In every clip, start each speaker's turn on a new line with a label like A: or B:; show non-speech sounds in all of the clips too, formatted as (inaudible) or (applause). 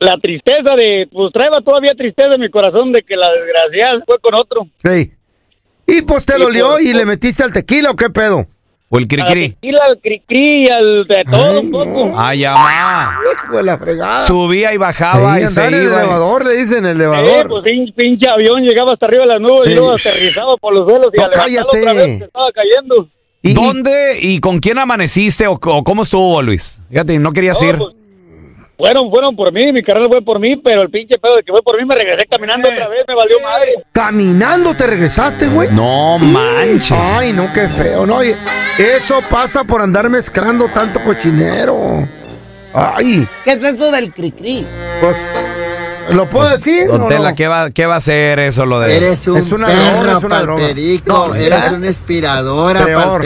A: la tristeza de, pues traeba todavía tristeza en mi corazón de que la desgraciada fue con otro.
B: Ey. Y pues te
A: Y
B: dolió
A: por-
B: y le metiste al tequila o qué pedo.
C: ¿O el
A: A la
C: cri-cri?
A: tequila, al cricri, al de todo un poco.
C: Ay, ya, ma.
B: Hijo de la fregada.
C: Subía y bajaba
B: Ahí
C: y se
B: andaba en el
C: iba.
B: elevador, le dicen el
A: Eh,
B: elevador.
A: pues pin- pinche avión llegaba hasta arriba de las nubes
B: Sí.
A: y luego aterrizaba por los suelos y
B: No,
A: a levantarlo
B: cállate.
A: otra vez que estaba cayendo.
B: Y-
C: ¿Dónde y con quién amaneciste o, o cómo estuvo, Luis? Fíjate, no querías
A: No,
C: ir.
A: pues, fueron, fueron por mí, mi carrera fue por mí, pero el pinche pedo de que fue por mí me regresé caminando otra vez, me valió madre.
B: Caminando te regresaste, güey.
C: No manches.
B: Ay, no, qué feo. No, oye, eso pasa por andar mezclando tanto cochinero. Ay,
D: ¿Qué es eso del cri-cri?
B: pues, ¿lo puedo decir? o
C: Don Tela,
B: no?
C: ¿qué, va, ¿qué va a ser eso lo de...?
B: Es una droga, es una droga. No, ¿verdad?
E: inspiradora,
B: Peor.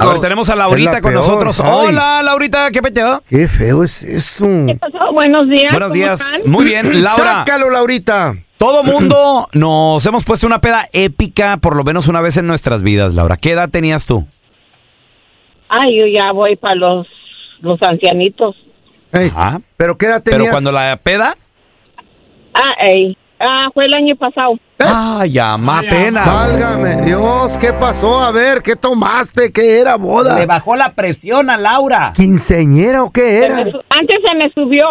C: A ver, tenemos a
B: Es
C: Laurita
B: la
C: con
B: peor,
C: nosotros.
B: ay.
C: Hola, Laurita, ¿qué peteo?
B: Qué feo es eso.
F: Buenos días.
C: Buenos
F: ¿cómo
C: días.
F: están?
C: Muy bien, Laura.
B: Sácalo, Laurita.
C: Todo mundo nos hemos puesto una peda épica por lo menos una vez en nuestras vidas, Laura. ¿Qué edad tenías tú?
F: Ay, yo ya voy para los, los ancianitos.
B: Ey,
C: Ah,
B: Pero qué edad tenías?
C: pero cuando la peda,
F: Ah, ey. ah, fue el año pasado.
C: ah, llama apenas.
B: Válgame Dios, ¿qué pasó? A ver, ¿qué tomaste? ¿Qué era
D: Le
B: boda?
D: bajó la presión a Laura.
B: ¿Quinceñera o qué
F: Se
B: era?
F: me su- antes se me subió.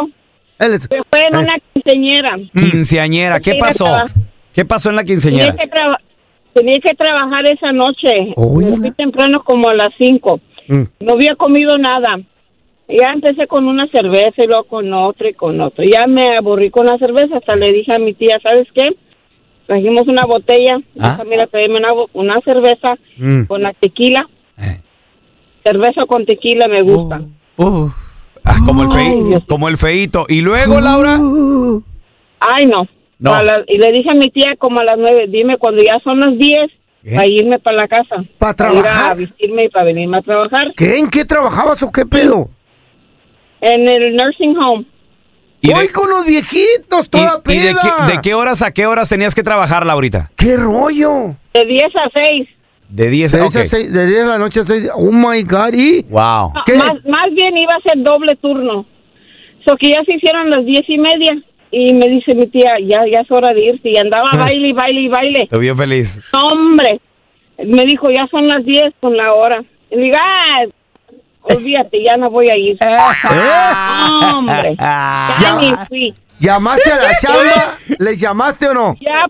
B: Él es-
F: Se fue en
B: Eh.
F: una quinceñera.
C: Mm. Quinceañera, ¿qué
F: Sí,
C: pasó?
F: estaba.
C: ¿Qué pasó en la
F: Tenía
C: quinceañera?
F: que, traba- tenía que trabajar esa noche.
B: Oye.
F: Me fui temprano como a las 5.
B: Mm.
F: No había comido nada. Ya empecé con una cerveza y luego con otra y con otra. Ya me aburrí con la cerveza. Hasta le dije a mi tía, ¿sabes qué? Trajimos una botella.
C: Ah.
F: Dijo, mira, tráeme una, bo- una cerveza
B: Mm.
F: con la tequila.
C: Eh.
F: Cerveza con tequila me gusta.
C: Uh, ah, como el feí, como el feíto. Y luego, Laura,
B: Uh.
F: Ay, no.
C: No.
F: A la- y le dije a mi tía como a las nueve, dime cuando ya son las diez,
C: ¿Qué?
F: para irme para la casa.
B: ¿Pa'
F: ir a
B: trabajar?
F: vestirme y para venirme a trabajar.
B: ¿Qué? ¿En qué trabajabas o qué pedo?
F: En el nursing home.
C: ¿Y
B: Voy
C: de-
B: con los viejitos toda
C: y- y de,
B: peda.
C: qué, de qué horas a qué horas tenías que trabajar, Laurita?
B: ¿Qué rollo?
F: De diez a seis.
C: De 10
B: De,
C: a
B: diez a seis- de 10 de la noche a 6. Oh my God. ¿Y?
C: Wow.
F: No,
B: ¿Qué?
F: Ah, Más, más bien iba a ser doble turno. So que ya se hicieron las diez y media. Y me dice mi tía, ya, ya es hora de irse. Y andaba baile y baile y baile.
C: Estoy bien feliz.
F: No, hombre. Me dijo, ya son las diez con la hora. Y le digo, ah, olvídate, ya no voy a ir.
B: ¿Eh?
F: No, hombre. Ya,
B: Ya.
F: ni fui.
B: ¿Llamaste a la chamba? ¿Les llamaste o no?
F: Ya.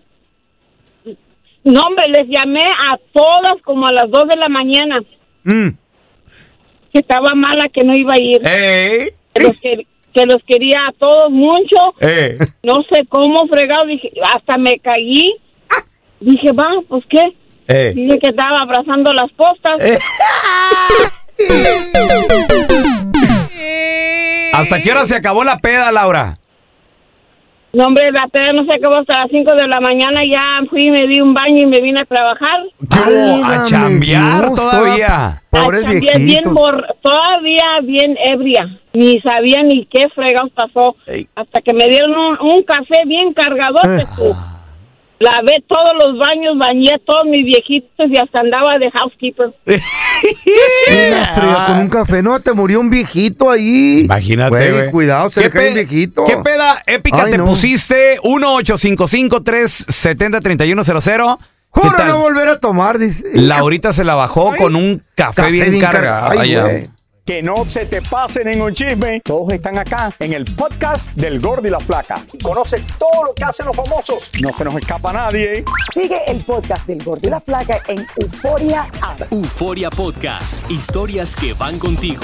F: No, hombre, les llamé a todas como a las 2 de la mañana.
C: Mm.
F: Que estaba mala, que no iba a
C: Eh.
F: ir. Que, los que- que los quería a todos mucho.
C: Eh.
F: No sé cómo fregado. Dije, hasta me caí. Dije, va, pues qué.
C: Eh.
F: Dije que estaba abrazando las postas.
C: ¿Hasta qué hora se acabó la peda, Laura?
F: No, hombre, la peda no se acabó hasta las 5 de la mañana. Ya fui, me di un baño y me vine a trabajar.
C: a chambear todavía.
F: Pobre Ah, Bien bor- todavía bien ebria. Ni sabía ni qué fregados pasó. Hasta que me dieron un, un café bien cargador. tú. Lavé todos los baños, bañé a todos mis viejitos y hasta andaba de housekeeper.
C: (laughs)
B: Frío, con un café, no, te murió un viejito ahí.
C: Ah. Imagínate, güey.
B: Cuidado, se
C: ¿Qué
B: le cae un
C: pe-
B: viejito.
C: ¿Qué peda épica
B: Ay,
C: te
B: no.
C: pusiste? 1-855-370-3100. ¿Qué
B: Juro no
C: tal?
B: volver a tomar, dice.
C: Laurita se la bajó con un café,
B: café
C: bien
B: bien
C: cargado.
B: cargado. Ay,
C: Vaya.
B: güey.
E: Que no se te pase ningún chisme. Todos están acá en el podcast del Gordo y la Flaca. Conoce todo lo que hacen los famosos. No se nos escapa nadie. ¿eh?
G: Sigue el podcast del Gordo y la Flaca en Euforia App.
H: Euforia Podcast. Historias que van contigo.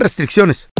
B: restricciones.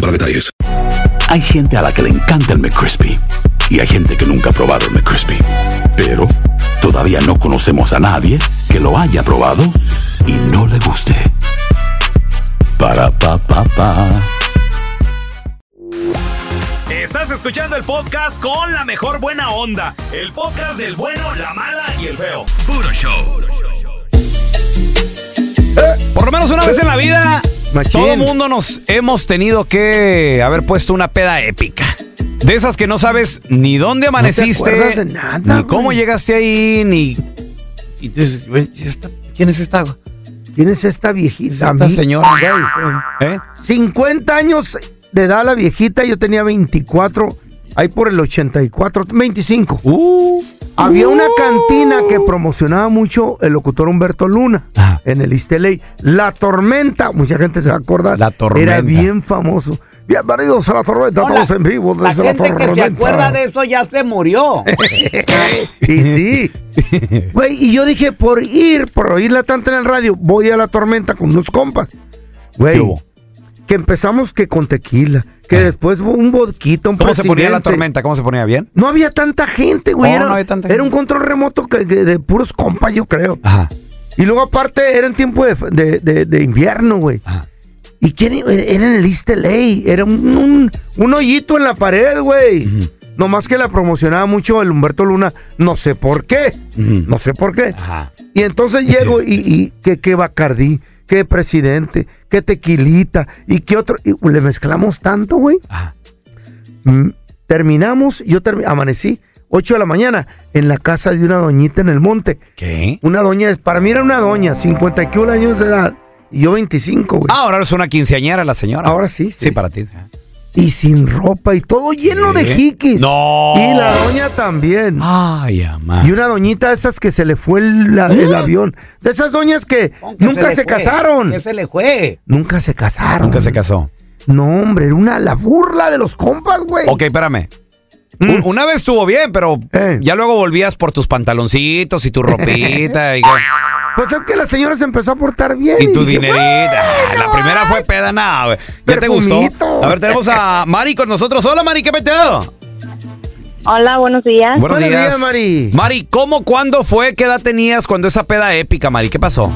I: para detalles.
J: Hay gente a la que le encanta el McCrispy y hay gente que nunca ha probado el McCrispy. Pero todavía no conocemos a nadie que lo haya probado y no le guste. Para pa pa pa.
K: Estás escuchando el podcast con la mejor buena onda. El podcast del bueno, la mala y el feo. Puro show.
C: Eh, Por lo menos una vez en la vida, todo el mundo nos hemos tenido que haber puesto una peda épica. De esas que no sabes ni dónde amaneciste,
B: acuerdas de nada,
C: ni cómo llegaste ahí, ni... Y tú dices, "Güey, ¿esta- ¿quién es esta?
B: ¿Quién es esta
C: Esta
B: viejita? mi-
C: señora. ¿Eh?
B: 50 años de edad la viejita, yo tenía 24, ahí por el 84, 25.
C: Uh.
B: Había una cantina que promocionaba mucho el locutor Humberto Luna en el Isteley. La Tormenta, mucha gente se va a acordar. La Tormenta. Era bien famoso. Bienvenidos a La Tormenta, todos en vivo
D: La
B: desde La,
D: gente que se
B: Tormenta.
D: acuerda de eso ya se
C: (laughs)
D: murió.
B: Y sí. Güey, y yo dije, por ir, por oírla tanto en el radio, voy a la tormenta con unos compas. Güey, que empezamos que con tequila, que después hubo un vodquito, un
C: ¿Cómo se ponía la
B: presidente.
C: tormenta? ¿Cómo se ponía? ¿Bien?
B: No había tanta gente, güey.
C: No,
B: era,
C: no había tanta
B: era un control remoto que- que de puros compas, yo creo. Y luego, aparte, era en tiempo de, de- de- de invierno, güey. ¿Y quién i- e-, era en el East LA? Era un, un- un hoyito en la pared, güey. Nomás que la promocionaba mucho el Humberto Luna, no sé por qué. No sé por qué. Y entonces llego y, y que, que Bacardí, que presidente, que tequilita y que otro. y le mezclamos tanto, güey. Mm, terminamos, yo termi- amanecí 8 de la mañana en la casa de una doñita en el monte.
C: ¿Qué?
B: Una doña, para mí era una doña, 51 años de edad y yo 25, güey.
C: Ah, ahora es una quinceañera la señora. Ahora sí. Sí, para ti.
B: Y sin ropa y todo lleno de
C: ¿Qué?
B: jiquis.
C: No. Ah.
B: Y la doña también.
C: Ay, amá.
B: Y una doñita de esas que se le fue el, la-
C: ¿Eh?
B: el avión. De esas doñas que nunca se, casaron.
D: Que se le fue.
B: Nunca se casaron.
C: Nunca se casó.
B: No, hombre, era una la burla de los compas, güey.
C: Ok, espérame.
B: Mm.
C: Un- Una vez estuvo bien, pero
B: Eh.
C: ya luego volvías por tus pantaloncitos y tu ropita y,
B: Pues es que la señora se empezó a portar bien. (laughs)
C: y tu
B: dije,
C: dinerita. Ah, la primera fue peda, nada. güey. Ya te gustó.
B: Perfumito.
C: A ver, tenemos a Mari con nosotros. Hola, Mari, ¿qué peteo?
F: Hola, (laughs) buenos días.
C: Buenos, días. Mari. Mari, ¿cómo, cuándo fue? ¿Qué edad tenías cuando esa peda épica, Mari? ¿Qué pasó?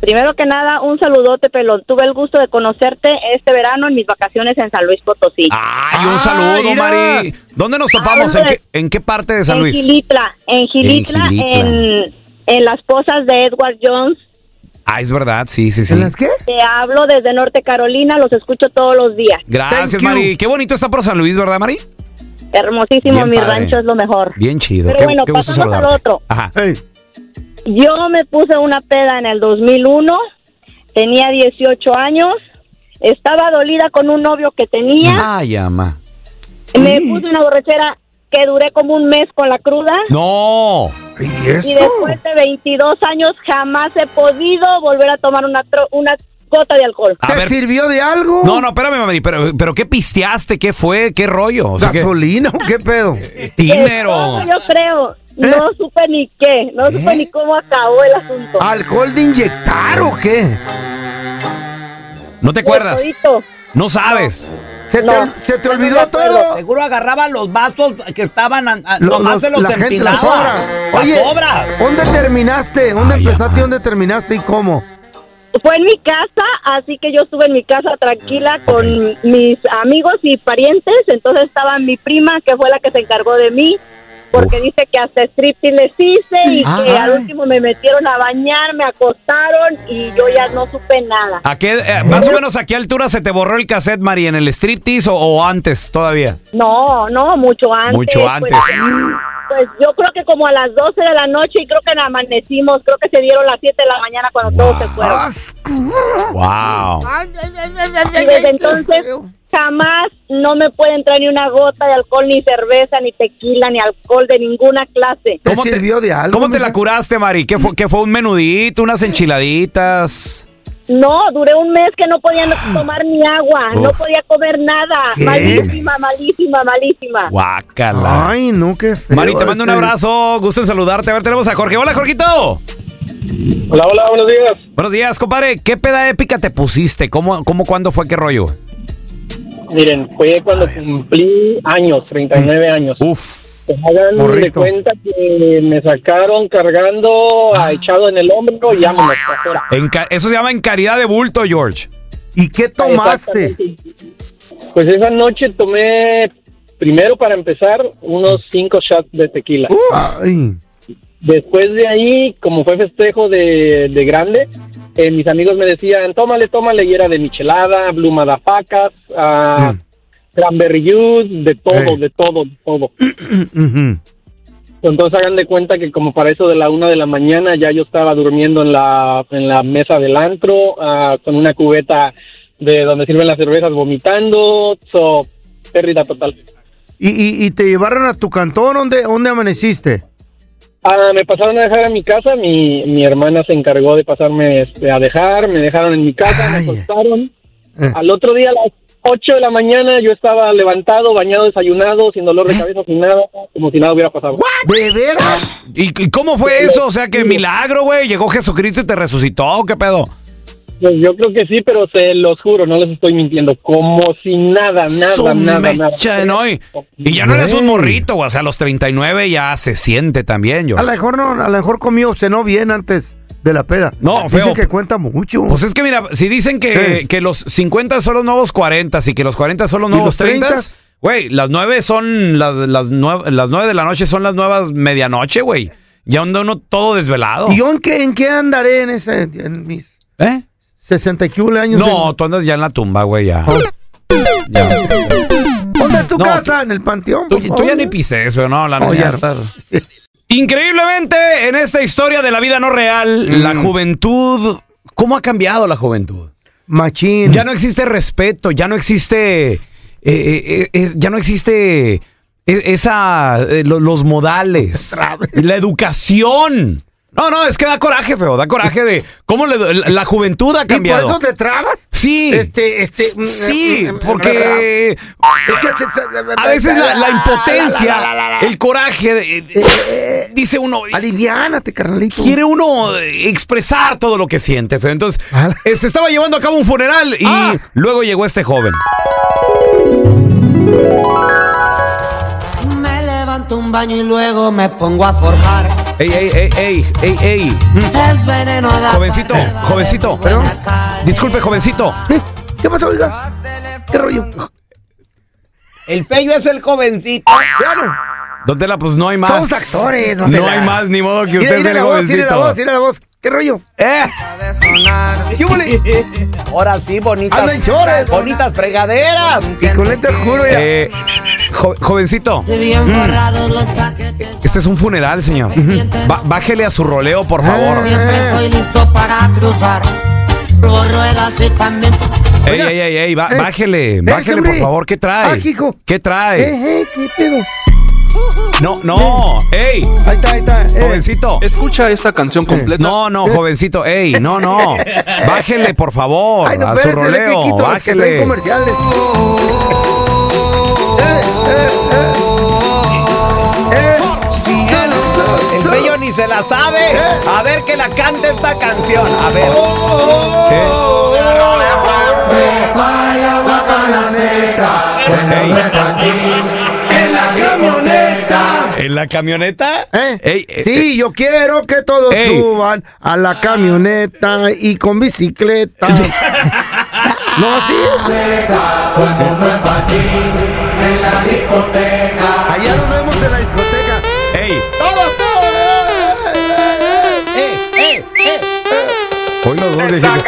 F: Primero que nada, un saludote, pelón. Tuve el gusto de conocerte este verano en mis vacaciones en San Luis Potosí.
C: Ay, un saludo,
F: Ah, mira.
C: Mari. ¿Dónde nos topamos? ¿En qué, en qué parte de San
F: en
C: Luis?
F: Gilitla, en Gilitla, en,
C: Gilitla.
F: en las pozas de Edward Jones.
C: Ah, es verdad, sí, sí, sí.
F: qué? Te hablo desde Norte Carolina, los escucho todos los días.
C: Gracias, Mari. Qué bonito está por San Luis, ¿verdad, Mari?
F: Hermosísimo,
C: Bien
F: mi
C: padre.
F: rancho es lo mejor.
C: Bien chido.
F: Pero
C: qué,
F: bueno,
C: qué gusto
F: pasamos al
C: saludarte.
F: otro.
C: Ajá.
F: Yo me puse una peda en el 2001, tenía 18 años, estaba dolida con un novio que tenía,
C: Ay, ama.
F: me puse una borrachera que duré como un mes con la cruda.
C: No.
F: Y después de 22 años jamás he podido volver a tomar una, tro- una gota de alcohol.
C: A ver.
B: ¿Sirvió de algo?
C: No, no, espérame, Mari. Pero, pero ¿qué pisteaste? ¿Qué fue? ¿Qué rollo? O sea, que-
B: ¿Gasolina o qué pedo?
C: Dinero.
F: Yo creo,
C: ¿Eh?
F: no supe ni qué, no supe ni cómo acabó el asunto.
C: Ah,
B: ¿Alcohol de inyectar o qué?
C: ¿No te acuerdas? No sabes.
B: ¿Se, te, se te olvidó todo?
L: Seguro agarraba los vasos que estaban an- an-
B: Lo-
L: nomás
B: los-
L: de los
B: la
L: que
B: gente, las
L: empinaba.
B: obras.
L: Las
B: Oye,
L: obras.
B: ¿dónde terminaste? ¿Dónde empezaste? ¿Dónde terminaste y cómo?
F: Fue en mi casa, así que yo estuve en mi casa tranquila
C: Ah,
F: con mis amigos y parientes. Entonces estaba mi prima, que fue la que se encargó de mí, porque dice que hasta striptease les hice y
C: Ah.
F: que al último me metieron a bañar, me acostaron y yo ya no supe nada.
C: ¿A qué, eh, más o menos a qué altura se te borró el cassette, Mari? ¿En el striptease o, o antes todavía?
F: No, no, mucho antes.
C: Mucho antes.
F: Pues, pues yo creo que como a las 12 de la noche y creo que amanecimos, creo que se dieron las 7 de la mañana cuando todos se fueron.
C: ¡Wow! (laughs)
F: Y desde entonces jamás no me puede entrar ni una gota de alcohol, ni cerveza, ni tequila, ni alcohol de ninguna clase.
C: ¿Cómo te, ¿Cómo te la curaste, Mari? ¿Qué fue, ¿Qué fue? ¿Un menudito? ¿Unas enchiladitas?
F: No, duré un mes que no
C: (gasps)
F: podía no tomar ni agua, no
C: Uf.
F: podía comer nada.
C: ¿Qué?
F: Malísima, malísima, malísima.
C: ¡Guácala!
B: Ay, no, qué feo.
C: Mari, te mando un
B: ese.
C: abrazo. Gusto en saludarte. A ver, tenemos a Jorge. ¡Hola, Jorgito!
M: Hola, hola, buenos días.
C: Buenos días, compadre. ¿Qué peda épica te pusiste? ¿Cómo, cómo cuándo fue? ¿Qué rollo?
M: Miren, fue cuando cumplí años, 39 años.
C: Uf.
M: Hagan de
C: Morrito.
M: cuenta que me sacaron cargando,
C: Ah.
M: a echado en el hombro y ya me afuera.
C: En ca- eso se llama en caridad de bulto, George.
B: ¿Y qué
M: tomaste? Pues esa noche tomé, primero para empezar, unos cinco shots de tequila.
B: Uh.
M: Después de ahí, como fue festejo de, de grande, eh, mis amigos me decían, tómale, tómale, y era de michelada, bluma de facas, ah, cranberry juice, de todo, de todo, de todo. Entonces hagan de cuenta que como para eso de la una de la mañana ya yo estaba durmiendo en la, en la mesa del antro ah, con una cubeta de donde sirven las cervezas vomitando, so, pérdida total.
B: ¿Y, y, y te llevaron a tu cantón? ¿Dónde, dónde amaneciste?
M: Ah, me pasaron a dejar a mi casa, mi, mi hermana se encargó de pasarme este, a dejar, me dejaron en mi casa, me acostaron. Al otro día a las 8 de la mañana yo estaba levantado, bañado, desayunado, sin dolor de cabeza, sin nada, como si nada hubiera pasado.
B: ¿De veras?
C: ¿Y, y cómo fue eso? O sea, que milagro, güey. Llegó Jesucristo y te resucitó. ¿o ¿Qué pedo?
M: Pues yo creo que sí, pero se los juro, no les estoy mintiendo. Como si nada, nada,
C: Su
M: nada, nada.
C: mecha de no- y, y ya no eres un morrito, güey. O sea, a los 39 ya se siente también, yo.
B: A lo mejor no, a lo mejor comió, cenó bien antes de la peda.
C: No,
B: Dicen
C: feo.
B: que cuenta mucho.
C: Pues es que mira, si dicen que, que los 50 son los nuevos 40 y que los 40 son los
B: ¿Y
C: nuevos
B: los
C: 30,
B: 30s?
C: güey, las 9 son las, las, 9, las 9 de la noche son las nuevas medianoche, güey. Ya anda uno todo desvelado.
B: ¿Y yo en qué, en qué andaré en ese, en mis...
C: ¿Eh?
B: 60 y Oh. quule años.
C: No, tú andas ya en la tumba, güey, ya.
B: Oh. en- ¿Dónde es tu casa? ¿En el panteón?
C: Tú, tú ya ni pises, pero no, la
B: Oh,
C: neta,
B: ya.
C: ya estás- Increíblemente, en esta historia de la vida no real, la juventud. ¿Cómo ha cambiado la juventud?
B: Machín.
C: Ya no existe respeto, ya no existe. eh, eh, eh, ya no existe e- esa. eh, lo- los (laughs) modales. La educación. No, no, es que da coraje, feo. Da coraje de cómo le- la, la juventud ha
B: ¿Y por
C: cambiado.
B: eso te trabas?
C: Sí.
B: Este, este...
C: mm, Sí, porque eh, a veces la, la impotencia, el coraje, eh, eh, dice uno.
B: Aliviánate, carnalito.
C: Quiere uno eh, expresar todo lo que siente, feo. Entonces,
B: Ah.
C: eh, se estaba llevando a cabo un funeral y luego llegó este joven.
N: My love.
O: un baño y luego me pongo a forjar.
C: Ey, ey, ey, ey, ey, ey.
O: Es veneno de
C: Jovencito, jovencito. Disculpe, jovencito.
B: ¿Qué pasó, oiga? ¿Qué rollo?
P: El feyo es el jovencito.
C: Don Tela, pues no hay más.
B: Somos actores, don
C: No
B: Tela.
C: hay más, ni modo que
B: Mira,
C: usted
B: mira
C: sea el
B: la voz, mira la
C: jovencito.
B: voz, mira la voz. ¿Qué rollo?
C: ¡Eh!
B: ¿Qué huele?
P: Ahora sí, bonitas.
B: Ando en chores.
P: Bonitas fregaderas.
B: Y con lentes juro, mira.
C: Eh, jo- jovencito,
O: Bien borrados los paquetes.
C: este es un funeral, señor. Ba- bájele a su roleo, por favor.
B: Ah.
O: Siempre estoy listo para cruzar. Por ruedas y también.
C: Ey, ey, ey, ey, ba-
O: Eh,
C: bájele,
O: eh,
C: bájele, por
O: hombre.
C: favor. ¿Qué
O: Ah,
C: trae?
O: hijo.
C: ¿Qué trae?
B: Eh, eh, ¿qué pedo?
C: No, no, ey.
B: Ahí está, ahí está. eh.
C: Jovencito.
Q: Escucha esta canción completa.
C: No, no, jovencito, ey, no, no. Bájele, por favor,
Q: Ay, no,
C: a su
Q: espérese, le
C: roleo.
Q: quito los que traen
C: Bájele.
B: Comerciales.
P: El feyo ni se la sabe. A ver que la cante esta canción. A ver.
Q: Hay agua para la seca. En la camioneta.
C: ¿En la camioneta? Ey, eh,
B: Sí, yo quiero que todos
C: Ey.
B: suban a la camioneta y con bicicleta. no, así
Q: Seca, todo el mundo en patín. En la discoteca.
B: Allá nos vemos en la discoteca.
C: ¡Ey!
B: ¡Todos, todos!
C: Hoy los dos viejitos.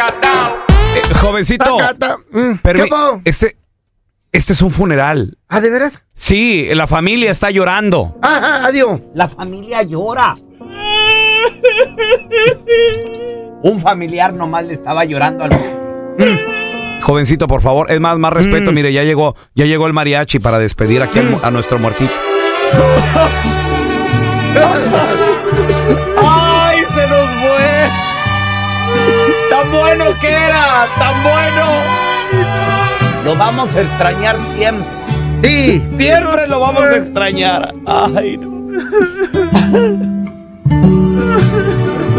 C: Eh, jovencito.
B: mm,
C: Permi- este, este es un funeral.
B: ¿Ah, de veras?
C: Sí, la familia está llorando.
B: Ajá, adiós.
P: La familia llora. Un familiar nomás le estaba llorando al.
C: Jovencito, por favor, es más, más respeto.
P: Mm.
C: Mire, ya llegó, ya llegó el mariachi para despedir aquí al mu- a nuestro muertito.
P: (laughs) ¡Ay, se nos fue! ¡Tan bueno que era! ¡Tan bueno! Lo vamos a extrañar siempre.
B: Sí.
P: Siempre lo vamos a extrañar. Ay, no.
C: (laughs)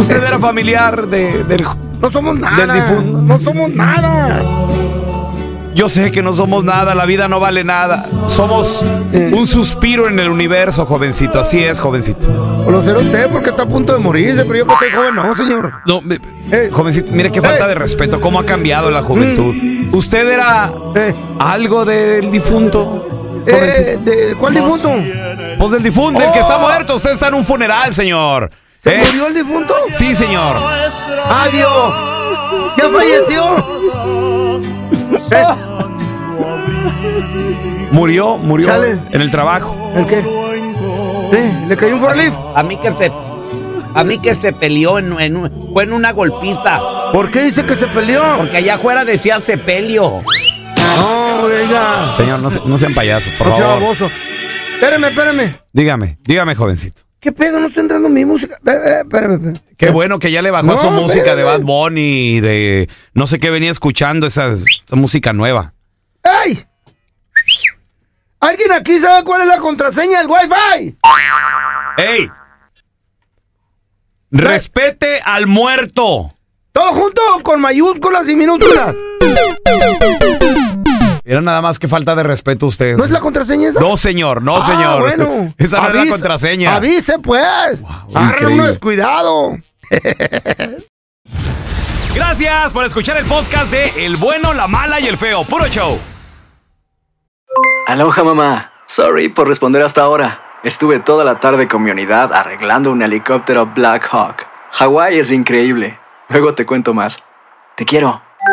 C: Usted era familiar de, del,
B: No somos nada.
C: del difunto.
B: No somos nada.
C: Yo sé que no somos nada, la vida no vale nada. Somos un suspiro en el universo, jovencito. Así es, jovencito.
B: O lo será usted porque está a punto de morirse, pero yo que estoy joven, no, señor.
C: No, me-
B: Eh,
C: jovencito, mire qué falta de respeto, cómo ha cambiado la juventud.
B: Mm.
C: ¿Usted era algo del difunto?
B: Eh, ¿de ¿Cuál difunto?
C: Pues del difunto, el que está
B: Oh.
C: muerto. Usted está en un funeral, señor.
B: ¿Se
C: ¿Eh?
B: murió el difunto?
C: Sí, señor.
B: ¡Adiós! ¡Ya falleció! Eh,
C: Murió, murió
B: Chale.
C: en el trabajo.
B: ¿El qué? Eh, ¿Le cayó un forlif?
P: A mí que se. A mí que se peleó en, en un- fue en una golpiza.
B: ¿Por qué dice que se peleó?
P: Porque allá afuera decía se peleó.
B: No, oiga.
C: Señor, no, se- no sean payasos, por
B: No sea
C: favor.
B: baboso. Espérame, espérame.
C: Dígame, dígame, jovencito.
B: ¿Qué pedo? No está entrando mi música. Eh, eh, espérame, espérame.
C: Qué bueno que ya le bajó
B: No,
C: su música de Bad
B: espérame.
C: Bunny, de no sé qué venía escuchando, esas- esa música nueva.
B: ¡Ey! ¿Alguien aquí sabe cuál es la contraseña del Wi-Fi?
C: ¡Ey! Respete al muerto.
B: ¿Todo junto o con mayúsculas y minúsculas?
C: Era nada más que falta de respeto a usted.
B: ¿No es la contraseña esa?
C: No, señor, no,
B: Ah,
C: señor.
B: bueno.
C: (laughs) Esa no es
B: Avisa-
C: la contraseña.
B: Avise, pues. Agarra
C: increíble.
B: uno descuidado.
C: Gracias por escuchar el podcast de El bueno, la mala y el feo. Puro show.
R: Aloha mamá. Sorry por responder hasta ahora. Estuve toda la tarde con mi unidad arreglando un helicóptero Black Hawk. Hawái es increíble. Luego te cuento más. Te quiero.